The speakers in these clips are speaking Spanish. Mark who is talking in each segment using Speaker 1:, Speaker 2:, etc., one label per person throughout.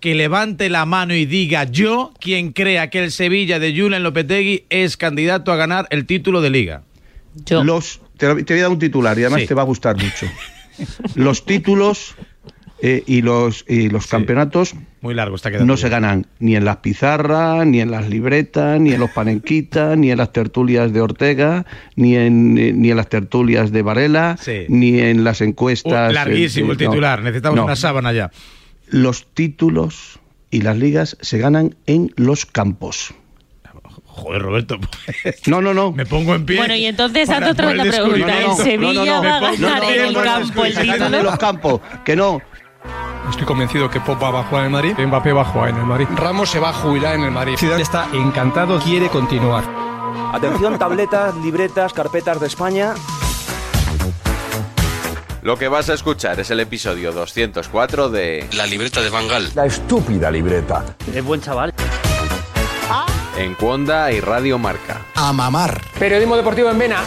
Speaker 1: que levante la mano y diga yo quien crea que el Sevilla de Julen Lopetegui es candidato a ganar el título de liga.
Speaker 2: Yo.
Speaker 3: Los, te, lo- te voy a dar un titular y además
Speaker 1: Sí.
Speaker 3: te va a gustar mucho. Los títulos eh, y los, y los campeonatos
Speaker 1: Muy largo está quedando.
Speaker 3: no
Speaker 1: ya.
Speaker 3: se ganan ni en las pizarras, ni en las libretas, ni en los panenquitas, ni en las tertulias de Ortega, ni en, eh, ni en las tertulias de Varela,
Speaker 1: Sí.
Speaker 3: ni en las
Speaker 1: Uh,
Speaker 3: encuestas. eh,
Speaker 1: larguísimo
Speaker 3: eh,
Speaker 1: el titular,
Speaker 3: no,
Speaker 1: necesitamos
Speaker 3: no.
Speaker 1: una sábana ya.
Speaker 3: Los títulos y las ligas se ganan en los campos.
Speaker 1: Joder, Roberto,
Speaker 3: No, no, no.
Speaker 1: me pongo en pie.
Speaker 2: Bueno, y entonces hazte
Speaker 1: Para
Speaker 2: otra
Speaker 1: por el
Speaker 2: vez la pregunta.
Speaker 1: descubrimiento.
Speaker 2: ¿El Sevilla
Speaker 3: no, no,
Speaker 2: va a
Speaker 1: no, no,
Speaker 2: ganar
Speaker 1: no,
Speaker 2: en el
Speaker 1: no, no,
Speaker 2: campo el
Speaker 1: no, no,
Speaker 3: Se
Speaker 1: no,
Speaker 3: ganan en los
Speaker 2: título?
Speaker 3: campos, que no.
Speaker 4: Estoy convencido que Popa va a jugar en el Madrid, Mbappé va a jugar en el Madrid, Ramos se va a jubilar en el Madrid. Ciudad está encantado, quiere continuar.
Speaker 5: Atención, tabletas, libretas, carpetas de España.
Speaker 6: Lo que vas a escuchar es el episodio 204 de
Speaker 4: La libreta de Bangal.
Speaker 7: La estúpida libreta.
Speaker 5: Es buen chaval.
Speaker 6: En Cuonda y Radio Marca.
Speaker 7: A mamar.
Speaker 4: Periodismo deportivo en Vena.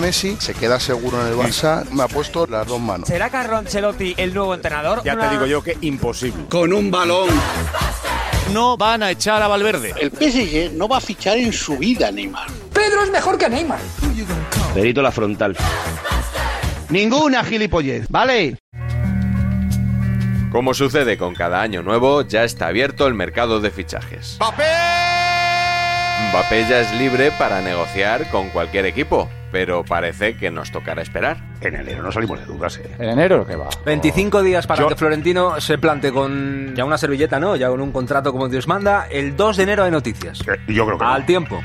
Speaker 7: Messi se queda seguro en el Barça. Me ha puesto las dos manos.
Speaker 5: ¿Será Carlo Ancelotti el nuevo entrenador? Ya te digo yo que imposible.
Speaker 7: Con un balón.
Speaker 4: No van a echar a Valverde.
Speaker 7: El PSG no va a fichar en su vida, Neymar.
Speaker 5: Perito la frontal.
Speaker 3: Ninguna gilipollez, ¿vale?
Speaker 6: Como sucede con cada año nuevo, ya está abierto el mercado de fichajes. Mbappé ya es libre para negociar con cualquier equipo, pero parece que nos tocará esperar.
Speaker 7: En enero no salimos de dudas, ¿eh?
Speaker 4: En enero que va.
Speaker 5: 25 días para que Florentino se plante con ya una servilleta, ¿no? Ya con un contrato como Dios manda. El 2 de enero hay noticias.
Speaker 7: Eh, Yo creo que
Speaker 5: Al
Speaker 7: no.
Speaker 5: tiempo.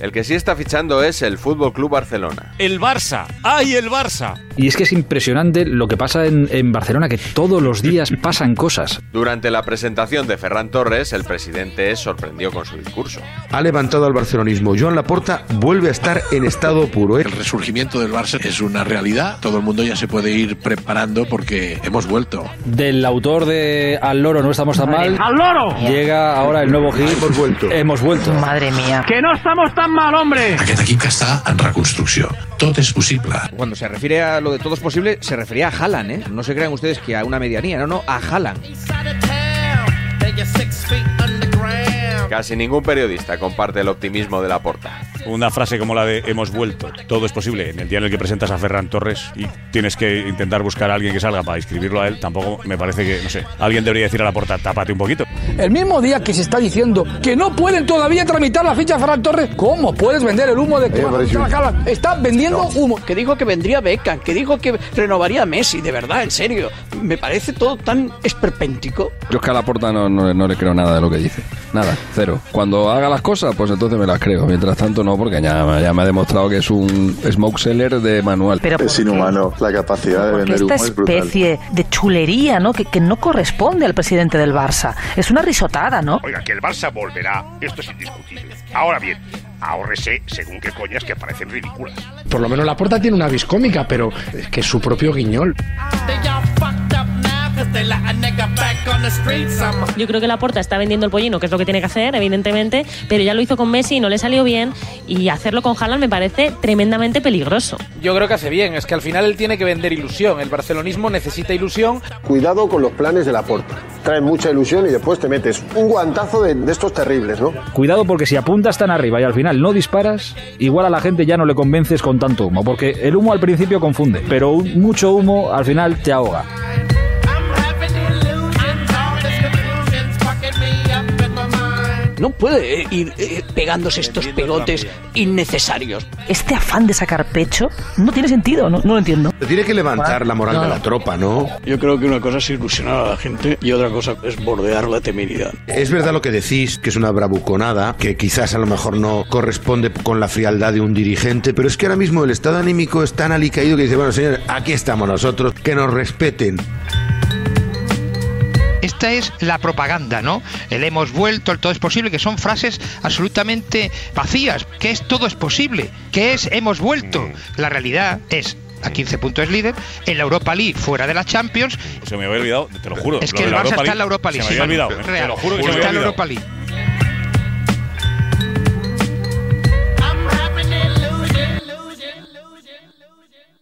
Speaker 6: El que sí está fichando es el Fútbol Club Barcelona.
Speaker 4: El Barça. ¡Ay, el Barça!
Speaker 8: Y es que es impresionante lo que pasa en, en Barcelona, que todos los días pasan cosas.
Speaker 6: Durante la presentación de Ferran Torres, el presidente sorprendió con su discurso.
Speaker 7: Ha levantado al barcelonismo. Joan Laporta vuelve a estar en estado puro. ¿eh? El resurgimiento del Barça es una realidad. Todo el mundo ya se puede ir preparando porque hemos vuelto.
Speaker 8: Del autor de Al loro no estamos tan mal. ¡Al loro! Llega ahora el nuevo hit.
Speaker 7: Hemos vuelto.
Speaker 8: Hemos vuelto.
Speaker 2: Madre mía.
Speaker 7: Aquest equip està en reconstrucció. Tot és possible.
Speaker 5: Cuando se refiere a lo de todos posible, se refería a Haaland, ¿eh? No se crean ustedes que a una medianía, no, no, a Haaland.
Speaker 6: Casi ningún periodista comparte el optimismo de la porta.
Speaker 4: Una frase como la de hemos vuelto. Todo es posible. En el día en el que presentas a Ferran Torres y tienes que intentar buscar a alguien que salga para inscribirlo a él, tampoco me parece que, no sé, alguien debería decir a la puerta, tápate un poquito.
Speaker 7: El mismo día que se está diciendo que no pueden todavía tramitar la ficha de Ferran Torres, ¿cómo puedes vender el humo de que van a fichar a Haaland? Están vendiendo humo. Que dijo que vendría Beckham, que dijo que renovaría a Messi, de verdad, en serio. Me parece todo tan esperpéntico.
Speaker 4: Yo es que a la puerta no, no, no le creo nada de lo que dice. Nada, cero. Cuando haga las cosas, pues entonces me las creo. Mientras tanto, no, porque ya, ya me ha demostrado que es un smoke seller de manual.
Speaker 2: Pero
Speaker 7: Es inhumano la capacidad de vender humo. es brutal.
Speaker 2: de chulería, ¿no? Que, no corresponde al presidente del Barça. Es una risotada, ¿no?
Speaker 7: Oiga, que el Barça volverá, esto es indiscutible. Ahora bien, ahórrese según qué coñas que parecen ridículas. Por lo menos la puerta tiene una viscómica, pero es que es su propio guiñol.
Speaker 9: Yo creo que Laporta está vendiendo el pollino, que es lo que tiene que hacer, evidentemente, pero ya lo hizo con Messi y no le salió bien. Y hacerlo con Haaland me parece tremendamente peligroso.
Speaker 10: Yo creo que hace bien, es que al final él tiene que vender ilusión. El barcelonismo necesita ilusión.
Speaker 11: Cuidado con los planes de la porta. Traen mucha ilusión y después te metes un guantazo de, de estos terribles, ¿no?
Speaker 7: Cuidado porque si apuntas tan arriba y al final no disparas, igual a la gente ya no le convences con tanto humo, porque el humo al principio confunde, pero un- mucho humo al final te ahoga.
Speaker 12: No puede eh, ir eh, pegándose estos pegotes innecesarios.
Speaker 13: Este afán de sacar pecho no tiene sentido, no, no lo entiendo.
Speaker 14: Tiene que levantar la moral de la tropa, ¿no?
Speaker 15: Yo creo que una cosa es ilusionar a la gente y otra cosa es bordear la temeridad.
Speaker 14: Es verdad lo que decís, que es una bravuconada, que quizás a lo mejor no corresponde con la frialdad de un dirigente, pero es que ahora mismo el estado anímico es tan alicaído que dice, bueno, señores, aquí estamos nosotros, que nos respeten.
Speaker 16: Esta es la propaganda, ¿no? El hemos vuelto, el todo es posible, que son frases absolutamente vacías. ¿Qué es todo es posible? ¿Qué es hemos vuelto?
Speaker 17: Mm.
Speaker 16: La realidad es a 15 puntos líder, en la Europa League fuera de la Champions.
Speaker 17: Se me había olvidado, te lo juro.
Speaker 16: Es
Speaker 17: lo
Speaker 16: que
Speaker 17: de
Speaker 16: el
Speaker 17: la
Speaker 16: Barça
Speaker 17: Europa
Speaker 16: está en la Europa League.
Speaker 17: Se me
Speaker 16: sí,
Speaker 17: había olvidado,
Speaker 16: Manu.
Speaker 17: eh, te
Speaker 16: Real.
Speaker 17: lo juro que se me
Speaker 16: Está
Speaker 17: había
Speaker 16: en la Europa
Speaker 17: olvidado.
Speaker 16: League.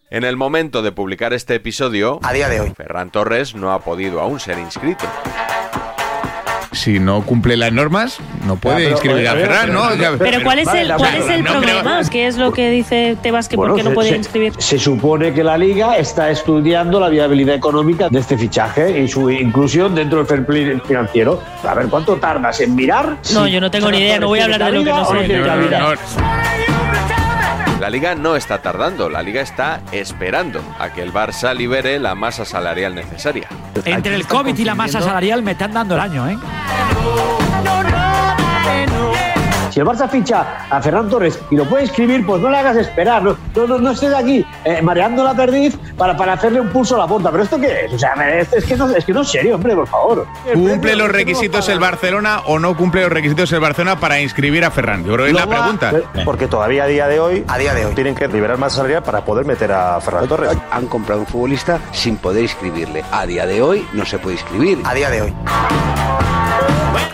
Speaker 18: En el momento de publicar este episodio, a día de hoy, Ferran Torres no ha podido aún ser inscrito.
Speaker 19: Si no cumple las normas, no puede inscribir a Ferran, ¿no? Ya-
Speaker 9: Pero ¿cuál es
Speaker 19: vale,
Speaker 9: el,
Speaker 19: la-
Speaker 9: cuál es el
Speaker 19: no creo-
Speaker 9: problema? ¿Qué es lo que dice Tebas que por qué no puede inscribir?
Speaker 3: Se supone que la liga está estudiando la viabilidad económica de este fichaje y su inclusión dentro del fair play financiero. A ver, ¿cuánto tardas en mirar?
Speaker 9: No,
Speaker 3: si
Speaker 9: yo no tengo ni idea, no voy a hablar de lo que no
Speaker 3: ¿Tiene
Speaker 9: sé.
Speaker 3: cabida o no tiene cabida?
Speaker 18: La liga no está tardando, la liga está esperando a que el Barça libere la masa salarial necesaria.
Speaker 20: Entre el COVID y la masa salarial me están dando el año, ¿eh?
Speaker 3: Si el Barça ficha a Ferran Torres y lo puede inscribir, pues no le hagas esperar. No, no, no, no estés aquí eh, mareando la perdiz para, para hacerle un pulso a la punta. ¿Pero esto qué es? O sea, es, es que no, es que no es serio, hombre, por favor.
Speaker 19: ¿Cumple los requisitos el Barcelona o no cumple los requisitos el Barcelona para inscribir a Ferran? Yo creo que es la
Speaker 21: Lo va-
Speaker 19: pregunta.
Speaker 21: Porque todavía a día de hoy, a día de hoy, tienen que liberar más salarial para poder meter a Ferran Torres.
Speaker 22: Han comprado un futbolista sin poder inscribirle. A día de hoy no se puede inscribir. A día de hoy.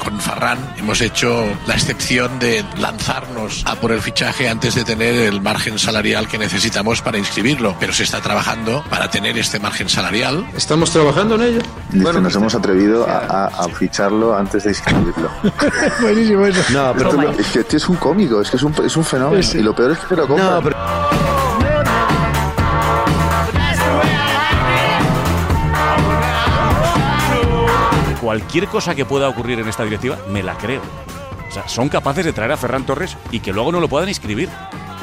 Speaker 23: Con Ferran hemos hecho la excepción de lanzarnos a por el fichaje antes de tener el margen salarial que necesitamos para inscribirlo, pero se está trabajando para tener este margen salarial.
Speaker 4: Estamos trabajando en ello. nos
Speaker 21: pues,
Speaker 4: hemos atrevido a, a- a ficharlo antes de inscribirlo. Buenísimo eso. No, pero- es que tío, es un cómico, es que es un, es un fenómeno. Sí, sí. Y lo peor es que lo compran.
Speaker 17: Cualquier cosa que pueda ocurrir en esta directiva, me la creo. O sea, son capaces de traer a Ferran Torres y que luego no lo puedan inscribir.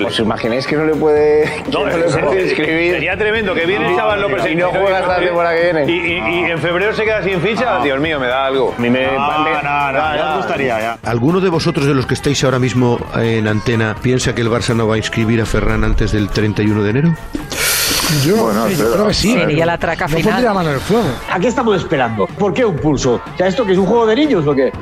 Speaker 4: ¿Os imagináis que no le puede,
Speaker 17: No,
Speaker 4: que no le
Speaker 17: es-
Speaker 4: puede
Speaker 17: es-
Speaker 4: inscribir?
Speaker 24: Sería tremendo que viene
Speaker 4: No,
Speaker 24: el chaval
Speaker 4: no,
Speaker 24: López
Speaker 4: y no juega hasta la temporada que viene.
Speaker 24: Y, y- y en febrero se queda sin ficha.
Speaker 4: Dios mío, me da algo.
Speaker 24: No, no, no, ya os gustaría, ya.
Speaker 14: ¿Alguno de vosotros de los que estáis ahora mismo en antena piensa que el Barça no va a inscribir a Ferran antes del 31 de enero?
Speaker 21: Yo, yo creo que sí.
Speaker 13: Sería la traca
Speaker 21: No
Speaker 13: final.
Speaker 21: pondría la mano en el fuego.
Speaker 3: ¿A qué estamos esperando? ¿Por qué un pulso? O sea, ¿esto que es un juego de niños o qué?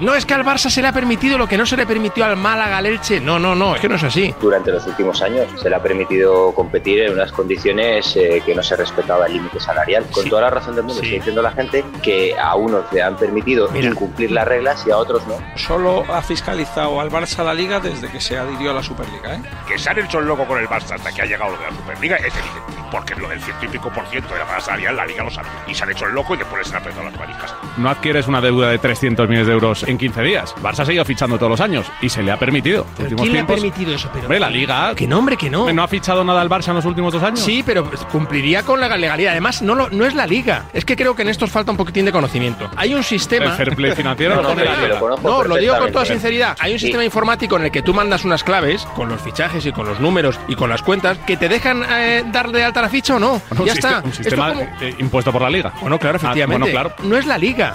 Speaker 25: No es que al Barça se le ha permitido lo que no se le permitió al Málaga, al Elche. No, no, no, es que no es así.
Speaker 6: Durante los últimos años se le ha permitido competir en unas condiciones eh, que no se respetaba el límite salarial. Con toda la razón del mundo, sigue diciendo la gente que a unos le han permitido incumplir las reglas y a otros no.
Speaker 26: Solo ha fiscalizado al Barça la Liga desde que se adhirió a la Superliga. ¿eh?
Speaker 27: Que se han hecho el loco con el Barça hasta que ha llegado lo de la Superliga es evidente. Porque lo del ciento y pico por ciento de la masa salarial la Liga lo sabía. Y se han hecho el loco y después les han apretado las manijas.
Speaker 1: No adquieres una deuda de 300 millones de euros en 15 días. Barça ha seguido fichando todos los años y se le ha permitido. Últimos ¿Quién le ha tiempos- permitido eso? Pero, Hombre, la Liga. Que no, hombre, que no. ¿No ha fichado nada al Barça en los últimos dos años? Sí, pero cumpliría con la legalidad. Además, no, lo- no es la Liga. Es que creo que en estos falta un poquitín de conocimiento. Hay un sistema. El fair play financiero no, lo no, pone pero- la pero Liga. conozco No, lo digo con perfectamente. toda sinceridad. Hay un Sí. sistema informático en el que tú mandas unas claves con los fichajes y con los números y con las cuentas que te dejan eh, dar de alta la ficha o no. Bueno, un ya siste- está. Un Esto sistema como- eh, impuesto por la Liga. Bueno, claro, efectivamente. bueno, claro. No es la Liga.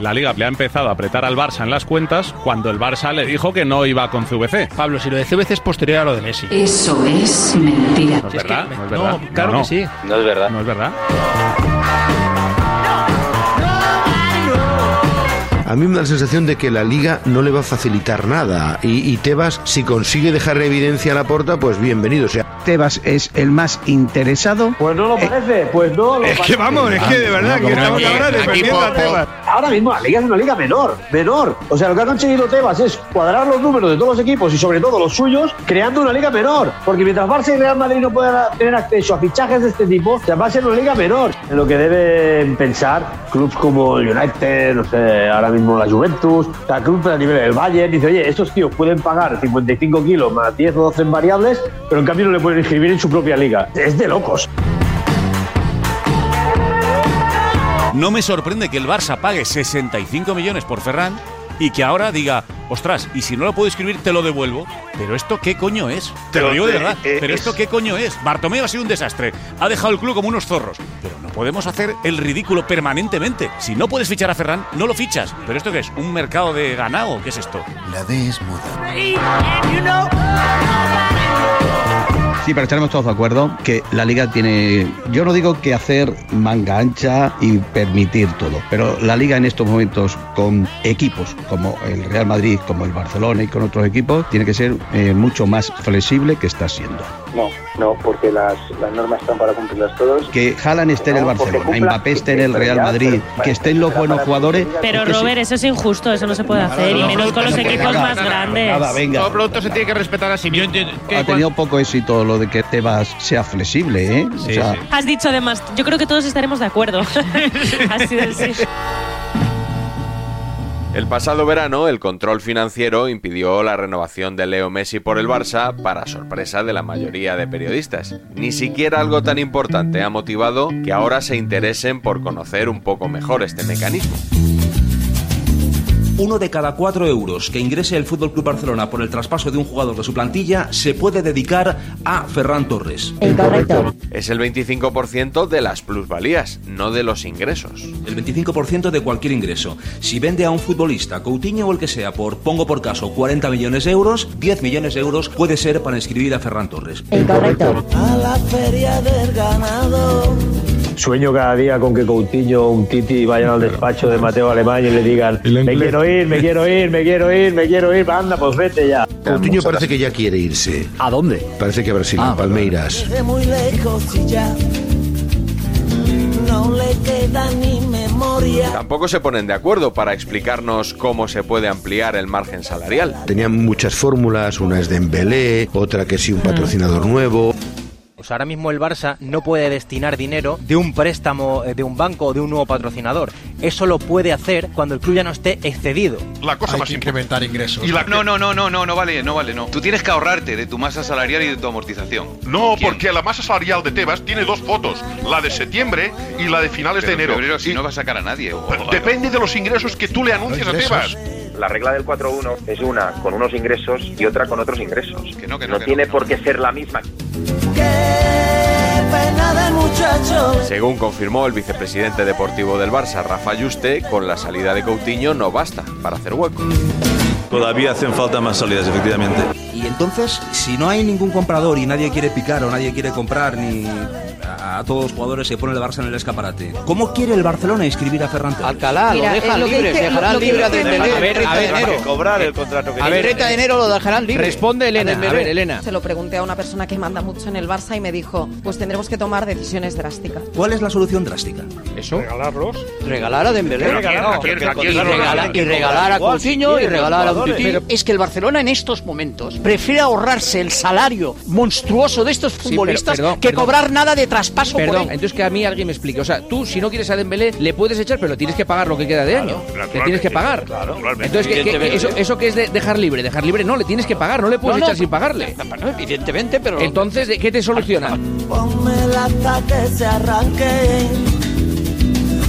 Speaker 1: La Liga le ha empezado a apretar al Barça en las cuentas cuando el Barça le dijo que no iba con CVC. Pablo, si lo de CVC es posterior a lo de Messi.
Speaker 27: Eso es mentira.
Speaker 1: No es verdad, no es verdad. No, claro que sí.
Speaker 27: No es verdad.
Speaker 1: No es verdad.
Speaker 28: a mí me da la sensación de que la liga no le va a facilitar nada. Y, y Tebas, si consigue dejar evidencia a la puerta, pues bienvenido. O sea,
Speaker 29: Tebas es el más interesado. Eh,
Speaker 30: Pues no lo parece, pues no lo
Speaker 29: es que
Speaker 30: parece.
Speaker 29: vamos, es que de verdad que estamos ahora defendiendo a Tebas.
Speaker 30: Ahora mismo la liga es una liga menor, menor. O sea, lo que ha conseguido Tebas es cuadrar los números de todos los equipos y sobre todo los suyos, creando una liga menor. Porque mientras Barça y Real Madrid no puedan tener acceso a fichajes de este tipo, se va a ser una liga menor. En lo que deben pensar clubes como el United, no sé, ahora mismo la Juventus, la club a nivel del Bayern, dice, oye, estos tíos pueden pagar 55 kilos más 10 o 12 en variables, pero en cambio no le pueden inscribir en su propia liga. Es de locos.
Speaker 31: No me sorprende que el Barça pague 65 millones por Ferran y que ahora diga, ostras, y si no lo puedo escribir, te lo devuelvo. Pero esto qué coño es? Te lo
Speaker 4: Pero,
Speaker 31: digo de
Speaker 4: eh,
Speaker 31: verdad.
Speaker 4: eh,
Speaker 31: Pero esto
Speaker 4: es-
Speaker 31: qué coño es? Bartomeu ha sido un desastre. Ha dejado el club como unos zorros. Pero no podemos hacer el ridículo permanentemente. Si no puedes fichar a Ferran, no lo fichas. Pero esto qué es? ¿Un mercado de ganado? ¿Qué es esto?
Speaker 29: La D es muda.
Speaker 3: Sí, pero estaremos todos de acuerdo que la liga tiene, yo no digo que hacer manga ancha y permitir todo, pero la liga en estos momentos con equipos como el Real Madrid, como el Barcelona y con otros equipos, tiene que ser eh, mucho más flexible que está siendo.
Speaker 29: No, no, porque las, las normas están para cumplirlas todos.
Speaker 3: Que Haaland esté en el
Speaker 29: No, porque
Speaker 3: Barcelona,
Speaker 29: cumpla-
Speaker 3: Mbappé esté en el Real Madrid, que estén los buenos jugadores.
Speaker 9: Pero
Speaker 3: que se-
Speaker 9: Robert, eso es injusto, eso no se puede hacer, y menos con los equipos más grandes.
Speaker 3: Nada, venga.
Speaker 32: Todo producto se tiene que respetar a sí mismo.
Speaker 3: ha tenido poco éxito lo de que Tebas sea flexible, ¿eh? O sea,
Speaker 9: Has dicho además, yo creo que todos estaremos de acuerdo. Así de sí.
Speaker 6: El pasado verano, el control financiero impidió la renovación de Leo Messi por el Barça, para sorpresa de la mayoría de periodistas. Ni siquiera algo tan importante ha motivado que ahora se interesen por conocer un poco mejor este mecanismo.
Speaker 7: Uno de cada cuatro euros que ingrese el Fútbol Club Barcelona por el traspaso de un jugador de su plantilla se puede dedicar a Ferran Torres.
Speaker 1: Eh.
Speaker 6: Es el 25% de las plusvalías, no de los ingresos.
Speaker 7: El 25% de cualquier ingreso. Si vende a un futbolista, Coutinho o el que sea, por, pongo por caso, 40 millones de euros, 10 millones de euros puede ser para inscribir a Ferran Torres.
Speaker 1: Eh.
Speaker 33: A la feria del ganado.
Speaker 30: Sueño cada día con que Coutinho o un Titi vayan al despacho de Mateo Alemán y le digan, me quiero ir, me quiero ir, me quiero ir, me quiero ir, anda, pues vete ya.
Speaker 28: Coutinho parece que ya quiere irse.
Speaker 29: ¿A dónde?
Speaker 28: Parece que a Brasil,
Speaker 34: Ah,
Speaker 28: a Palmeiras.
Speaker 33: De muy lejos y ya. No le queda ni memoria.
Speaker 6: Tampoco se ponen de acuerdo para explicarnos cómo se puede ampliar el margen salarial.
Speaker 28: Tenían muchas fórmulas, una es de Embelé, otra que
Speaker 34: Mm.
Speaker 28: sí un patrocinador nuevo.
Speaker 33: O sea, Pues ahora mismo el Barça no puede destinar dinero de un préstamo eh, de un banco o de un nuevo patrocinador. Eso lo puede hacer cuando el club ya no esté excedido.
Speaker 1: La cosa más incrementar ingresos. No, no, no, no, no, no vale, no vale, no. Tú tienes que ahorrarte de tu masa salarial y de tu amortización.
Speaker 4: No, porque la masa salarial de Tebas tiene dos fotos, la de septiembre y la de finales
Speaker 1: Pero
Speaker 4: de
Speaker 1: en
Speaker 4: enero.
Speaker 1: febrero si no va a sacar a nadie. o- o-
Speaker 4: Depende de los ingresos que tú le anuncias a Tebas.
Speaker 35: La regla del 4-1 es una con unos ingresos y otra con otros ingresos. no
Speaker 1: que
Speaker 35: tiene por qué ser la misma.
Speaker 33: Qué pena de muchachos.
Speaker 6: Según confirmó el vicepresidente deportivo del Barça, Rafa Yuste, con la salida de Coutinho no basta para hacer hueco.
Speaker 36: Todavía hacen falta más salidas, efectivamente.
Speaker 3: Y entonces, si no hay ningún comprador y nadie quiere picar o nadie quiere comprar ni a a todos los jugadores se pone el Barça en el escaparate, ¿cómo quiere el Barcelona inscribir a Ferran Torres?
Speaker 34: Alcalá, lo Mira, deja es lo que libre, dice- dejará lo que libre a dice Dembélé Dembélé. el 30 de enero. Eh,
Speaker 1: cobrar el contrato
Speaker 34: El 30 de enero lo dejarán libre.
Speaker 1: Responde Elena,
Speaker 34: A Dembélé.
Speaker 1: a ver, Elena.
Speaker 3: Se lo pregunté a una persona que manda mucho en el Barça y me dijo, pues tendremos que tomar decisiones drásticas.
Speaker 7: Ah.
Speaker 3: ¿Cuál es la solución drástica?
Speaker 1: ¿Eso? Regalarlos.
Speaker 34: Regalar a Dembélé.
Speaker 3: Pero ¿a quién? ¿A quién? ¿A quién?
Speaker 34: Y regalar- y regalar a
Speaker 3: Igual, si
Speaker 34: Coutinho y
Speaker 3: quieren,
Speaker 34: regalar a un
Speaker 3: jugadores.
Speaker 34: Tití.
Speaker 3: Pero-
Speaker 34: Es que el Barcelona en estos momentos prefiere ahorrarse el salario monstruoso de estos
Speaker 1: pero-
Speaker 34: futbolistas
Speaker 1: perdón,
Speaker 34: que
Speaker 1: perdón.
Speaker 34: cobrar nada de traspaso por
Speaker 1: Perdón,
Speaker 34: él.
Speaker 1: entonces que a mí alguien me explique. O sea, tú si no quieres a Dembélé le puedes echar, pero le tienes que pagar lo que queda de año. Le tienes que pagar. Entonces, ¿qué- qué- qué-
Speaker 7: eh,
Speaker 1: eso, ¿eso que es de dejar libre? Dejar libre no, le tienes que pagar, no le puedes
Speaker 34: No, no,
Speaker 1: echar sin pagarle.
Speaker 34: evidentemente, pero...
Speaker 1: Entonces, ¿de ¿qué te soluciona?
Speaker 33: Ponme lata que se arranque.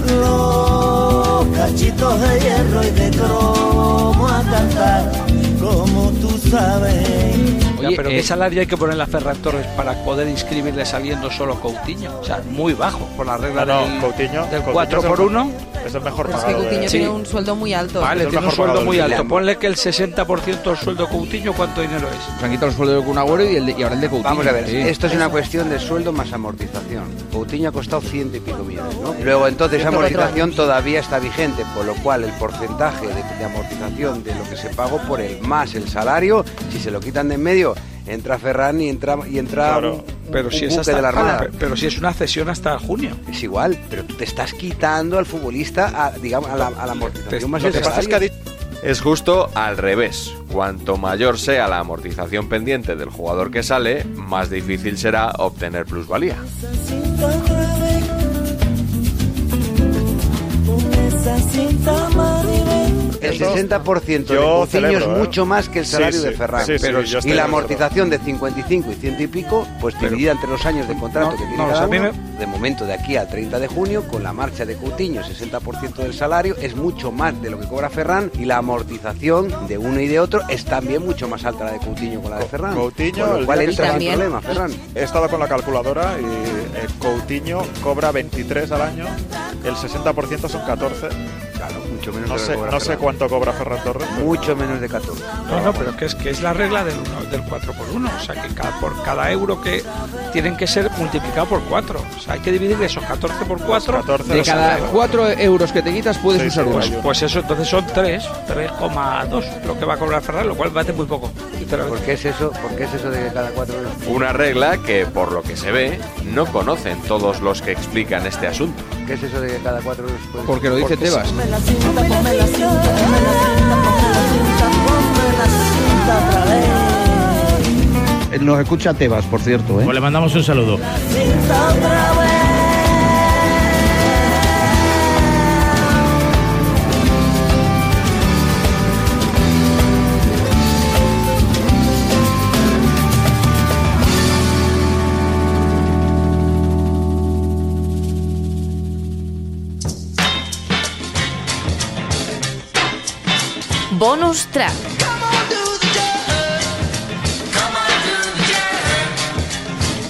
Speaker 33: Los cachitos de hierro y de cromo a cantar. Como tú sabes.
Speaker 7: Oiga,
Speaker 37: Oye,
Speaker 7: pero
Speaker 37: eh,
Speaker 7: ¿qué salario hay que poner a Ferran Torres para poder inscribirle saliendo solo Coutinho? O sea, muy bajo, por la regla
Speaker 4: No, no,
Speaker 7: del,
Speaker 4: Coutinho-
Speaker 7: del
Speaker 4: Coutinho
Speaker 7: 4
Speaker 4: es el-
Speaker 7: por 1.
Speaker 4: Es el mejor
Speaker 7: Pero es que
Speaker 4: pagado. de-
Speaker 7: Coutinho
Speaker 4: Sí.
Speaker 7: tiene
Speaker 9: un sueldo muy alto.
Speaker 7: Vale,
Speaker 4: el
Speaker 7: tiene un
Speaker 4: mejor
Speaker 7: sueldo
Speaker 4: pagado
Speaker 7: muy
Speaker 4: del
Speaker 7: alto.
Speaker 4: Milan.
Speaker 7: Ponle que el 60% del sueldo Coutinho, ¿cuánto dinero es?
Speaker 37: Ah, Se han quitado el sueldo de Kun Agüero y, el de- y ahora el de Coutinho.
Speaker 3: Vamos a ver,
Speaker 37: Sí.
Speaker 3: esto es una cuestión de sueldo más amortización. Coutinho ha costado ciento y pico millones, ¿no? Luego, entonces, esa
Speaker 37: Esto va a
Speaker 3: amortización todavía está vigente, por lo cual el porcentaje de, de amortización de lo que se pagó por el más el salario, si se lo quitan de en medio, entra Ferran y entra y entra un-
Speaker 7: Pero
Speaker 3: un
Speaker 7: si, es
Speaker 3: buque
Speaker 7: hasta,
Speaker 3: de la Armada.
Speaker 7: ah, pe- pero si es una cesión hasta junio.
Speaker 3: Es igual, pero tú te estás quitando al futbolista, a, digamos, a la, a la amortización más
Speaker 6: lo
Speaker 3: el
Speaker 6: que pasa es
Speaker 3: salario.
Speaker 6: Es justo al revés. Cuanto mayor sea la amortización pendiente del jugador que sale, más difícil será obtener plusvalía.
Speaker 3: El 60% de
Speaker 4: Yo
Speaker 3: Coutinho
Speaker 4: celebro,
Speaker 3: es
Speaker 4: ¿eh?
Speaker 3: mucho más que el
Speaker 4: Sí,
Speaker 3: salario
Speaker 4: sí.
Speaker 3: de Ferran.
Speaker 4: Sí, sí,
Speaker 3: Pero-
Speaker 4: yo estoy
Speaker 3: y
Speaker 4: de
Speaker 3: la
Speaker 4: acuerdo.
Speaker 3: amortización de 55 y 100 y pico, pues dividida entre los años de contrato
Speaker 7: no,
Speaker 3: que tiene
Speaker 7: no, o
Speaker 3: cada
Speaker 7: sea, a mí
Speaker 3: uno, de momento de aquí al 30 de junio, con la marcha de Coutinho, 60% del salario, es mucho más de lo que cobra Ferran y la amortización de uno y de otro es también mucho más alta la de Coutinho con la de Ferran.
Speaker 4: Coutinho,
Speaker 3: con
Speaker 4: el
Speaker 3: lo cual
Speaker 4: día que
Speaker 3: entra en
Speaker 4: se
Speaker 3: el
Speaker 4: levante-
Speaker 3: problema, Ferran.
Speaker 4: He estado con la calculadora y eh, Coutinho cobra 23 al año, el 60% son 14.
Speaker 3: Claro, mucho menos
Speaker 4: No
Speaker 3: de lo que
Speaker 4: sé,
Speaker 3: cobra
Speaker 4: no sé
Speaker 3: Ferran.
Speaker 4: cuánto cobra Ferran Torres.
Speaker 3: Mucho menos de 14.
Speaker 7: No, no, pero que es que es la regla del, uno- del 4 por 1 O sea, que cada- por cada euro que tienen que ser multiplicado por 4. O sea, hay que dividir esos 14 por 4.
Speaker 37: De cada 4 euros que te quitas puedes usar uno.
Speaker 7: pues, pues eso, entonces son 3, 3,2 lo que va a cobrar Ferran, lo cual bate muy poco. ¿Por
Speaker 3: qué es eso? ¿Por qué es eso de cada cuatro euros?
Speaker 6: Una regla que, por lo que se ve, no conocen todos los que explican este asunto.
Speaker 3: ¿Qué es eso de que cada cuatro euros? puedes-
Speaker 6: Porque lo dice Tebas.
Speaker 38: Nos escucha Tebas, por cierto. ¿eh? Pues
Speaker 39: le mandamos un saludo.
Speaker 40: Bonus track.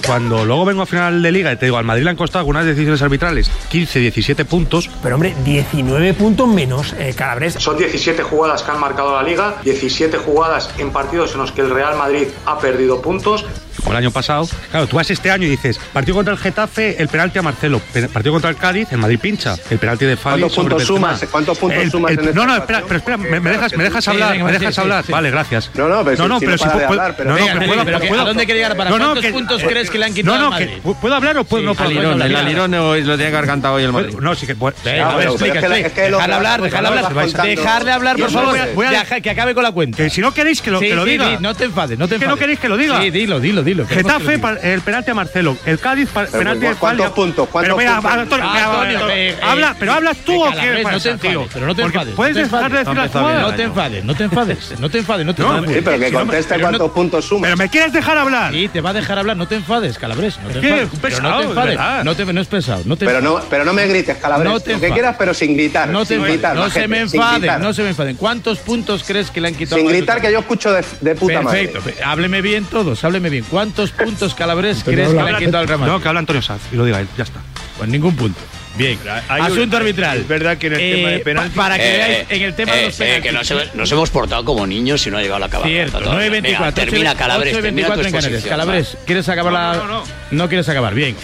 Speaker 39: Cuando luego vengo a final de liga y te digo, al Madrid le han costado algunas decisiones arbitrales 15, 17 puntos.
Speaker 41: Pero hombre, 19 puntos menos eh, Calabres.
Speaker 42: Son 17 jugadas que han marcado la liga, 17 jugadas en partidos en los que el Real Madrid ha perdido puntos.
Speaker 39: Como el año pasado. Claro, tú vas este año y dices, partido contra el Getafe, el penalti a Marcelo. Pe- Partido contra el Cádiz, el Madrid pincha. El penalti de Fabio.
Speaker 1: ¿Cuántos puntos sumas? ¿Cuántos puntos sumas en
Speaker 39: No,
Speaker 1: esta
Speaker 39: no, espera, pero espera, me, me dejas, me dejas
Speaker 1: Sí,
Speaker 39: hablar,
Speaker 1: venga,
Speaker 39: me
Speaker 1: sí,
Speaker 39: dejas
Speaker 1: sí,
Speaker 39: hablar.
Speaker 1: sí.
Speaker 39: Vale, gracias.
Speaker 1: No, no, pero si- si no para de
Speaker 39: puedo-
Speaker 1: hablar, pero-
Speaker 39: no, no,
Speaker 1: Venga,
Speaker 39: pero
Speaker 1: sí,
Speaker 39: puedo-
Speaker 1: pero
Speaker 39: puedo-
Speaker 1: ¿a dónde quiere llegar? ¿Para cuántos puntos crees que le han quitado
Speaker 39: eh, No, no,
Speaker 1: al
Speaker 39: que-
Speaker 1: Madrid?
Speaker 39: ¿pu- ¿puedo hablar o puedo no puedo
Speaker 1: al
Speaker 39: hablar?
Speaker 1: Lirón, el Alirón
Speaker 39: lo tenía que haber cantado hoy el Madrid. No, sí que puede.
Speaker 1: Venga, pero es que la- es que lo que vas- lo que vas contando-
Speaker 39: Dejarle hablar, por
Speaker 1: Yo no
Speaker 39: favor.
Speaker 1: sé.
Speaker 39: Voy a dejar que acabe con la cuenta. si no queréis que lo,
Speaker 1: Sí,
Speaker 39: que lo
Speaker 1: sí,
Speaker 39: diga.
Speaker 1: sí, no te enfades, no te
Speaker 39: Que no
Speaker 1: enfades.
Speaker 39: queréis que lo diga.
Speaker 1: Sí, dilo, dilo, dilo. queremos que lo
Speaker 39: Getafe,
Speaker 1: digas.
Speaker 39: pa- el penalti a Marcelo. El Cádiz, pa-
Speaker 1: Pero,
Speaker 39: penalti
Speaker 1: pues,
Speaker 39: a
Speaker 1: ¿cuántos
Speaker 39: Fabio.
Speaker 1: puntos?
Speaker 39: Pero
Speaker 1: ¿Cuántos
Speaker 39: mira,
Speaker 1: puntos?
Speaker 39: Antonio,
Speaker 1: Ah,
Speaker 39: mira,
Speaker 1: Antonio,
Speaker 39: Antonio,
Speaker 1: eh,
Speaker 39: habla,
Speaker 1: eh,
Speaker 39: pero hablas tú o qué
Speaker 1: Calafres, no te
Speaker 39: pasa, tío.
Speaker 1: enfades, pero no te
Speaker 39: Porque
Speaker 1: enfades,
Speaker 39: Puedes
Speaker 1: no te
Speaker 39: dejar de
Speaker 1: enfades.
Speaker 39: decir
Speaker 1: No,
Speaker 39: las
Speaker 1: está bien,
Speaker 39: jugadas.
Speaker 1: no te enfades, no te enfades, no te enfades, no te
Speaker 39: No,
Speaker 1: enfades.
Speaker 39: sí, pero que
Speaker 1: Si no me- conteste pero no- cuántos puntos sumas.
Speaker 39: Pero me quieres dejar hablar.
Speaker 1: Sí, te va a dejar hablar, no te enfades, Calabres, no te
Speaker 39: que
Speaker 1: enfades.
Speaker 39: es
Speaker 1: Pero
Speaker 39: pesado,
Speaker 1: no te
Speaker 39: es
Speaker 1: enfades,
Speaker 39: verdad.
Speaker 1: no te no es pesado, no te Pero no- enfades. pero no me grites, Calabres, No te lo que enfades. quieras, pero sin gritar, No te sin enfades, gritar, no majete, se me sin enfaden, gritar. no se me enfaden. ¿Cuántos puntos crees que le han quitado? Sin al Madrid? gritar que yo escucho de, de puta madre. Perfecto, pe- hábleme bien todos, hábleme bien. ¿Cuántos puntos Calabres crees que le han quitado al Real Madrid?
Speaker 39: No, que habla Antonio Sanz y lo diga él, ya está.
Speaker 1: Pues ningún punto. Bien, asunto arbitral. Es verdad que en el tema de penaltis. Para que
Speaker 43: Eh,
Speaker 1: veáis,
Speaker 43: eh,
Speaker 1: en el tema de
Speaker 43: eh,
Speaker 1: los
Speaker 43: eh,
Speaker 1: penaltis.
Speaker 43: que nos, hemos- nos hemos portado como niños y no ha llegado la cabalgata.
Speaker 1: Cierto,
Speaker 43: todavía.
Speaker 1: 9 y 24.
Speaker 43: Venga, termina Calabres, termina tu
Speaker 1: 24 en Canarias.
Speaker 43: exposición,
Speaker 1: Calabres, ¿quieres acabar la.? No, quieres acabar, bien.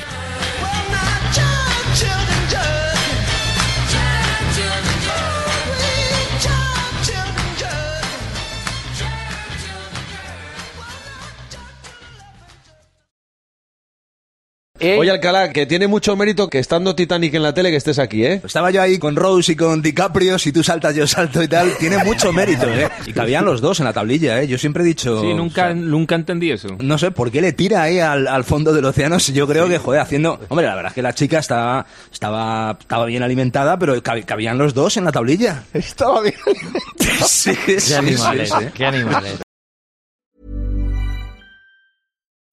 Speaker 1: Oye, Alcalá, que tiene mucho mérito que estando Titanic en la tele que estés aquí, ¿eh?
Speaker 44: Pues Estaba yo ahí con Rose y con DiCaprio, si tú saltas yo salto y tal, tiene mucho mérito, ¿eh? Y cabían los dos en la tablilla, ¿eh? Yo siempre he dicho...
Speaker 45: Sí, nunca, nunca entendí eso.
Speaker 44: No sé por qué le tira ahí al, al fondo del océano si yo creo que, joder, haciendo... Hombre, la verdad es que la chica estaba, estaba, estaba bien alimentada, pero cab- cabían los dos en la tablilla.
Speaker 1: Estaba bien.
Speaker 44: Sí, sí,
Speaker 45: animales,
Speaker 44: sí, sí.
Speaker 45: ¿eh? Qué animales.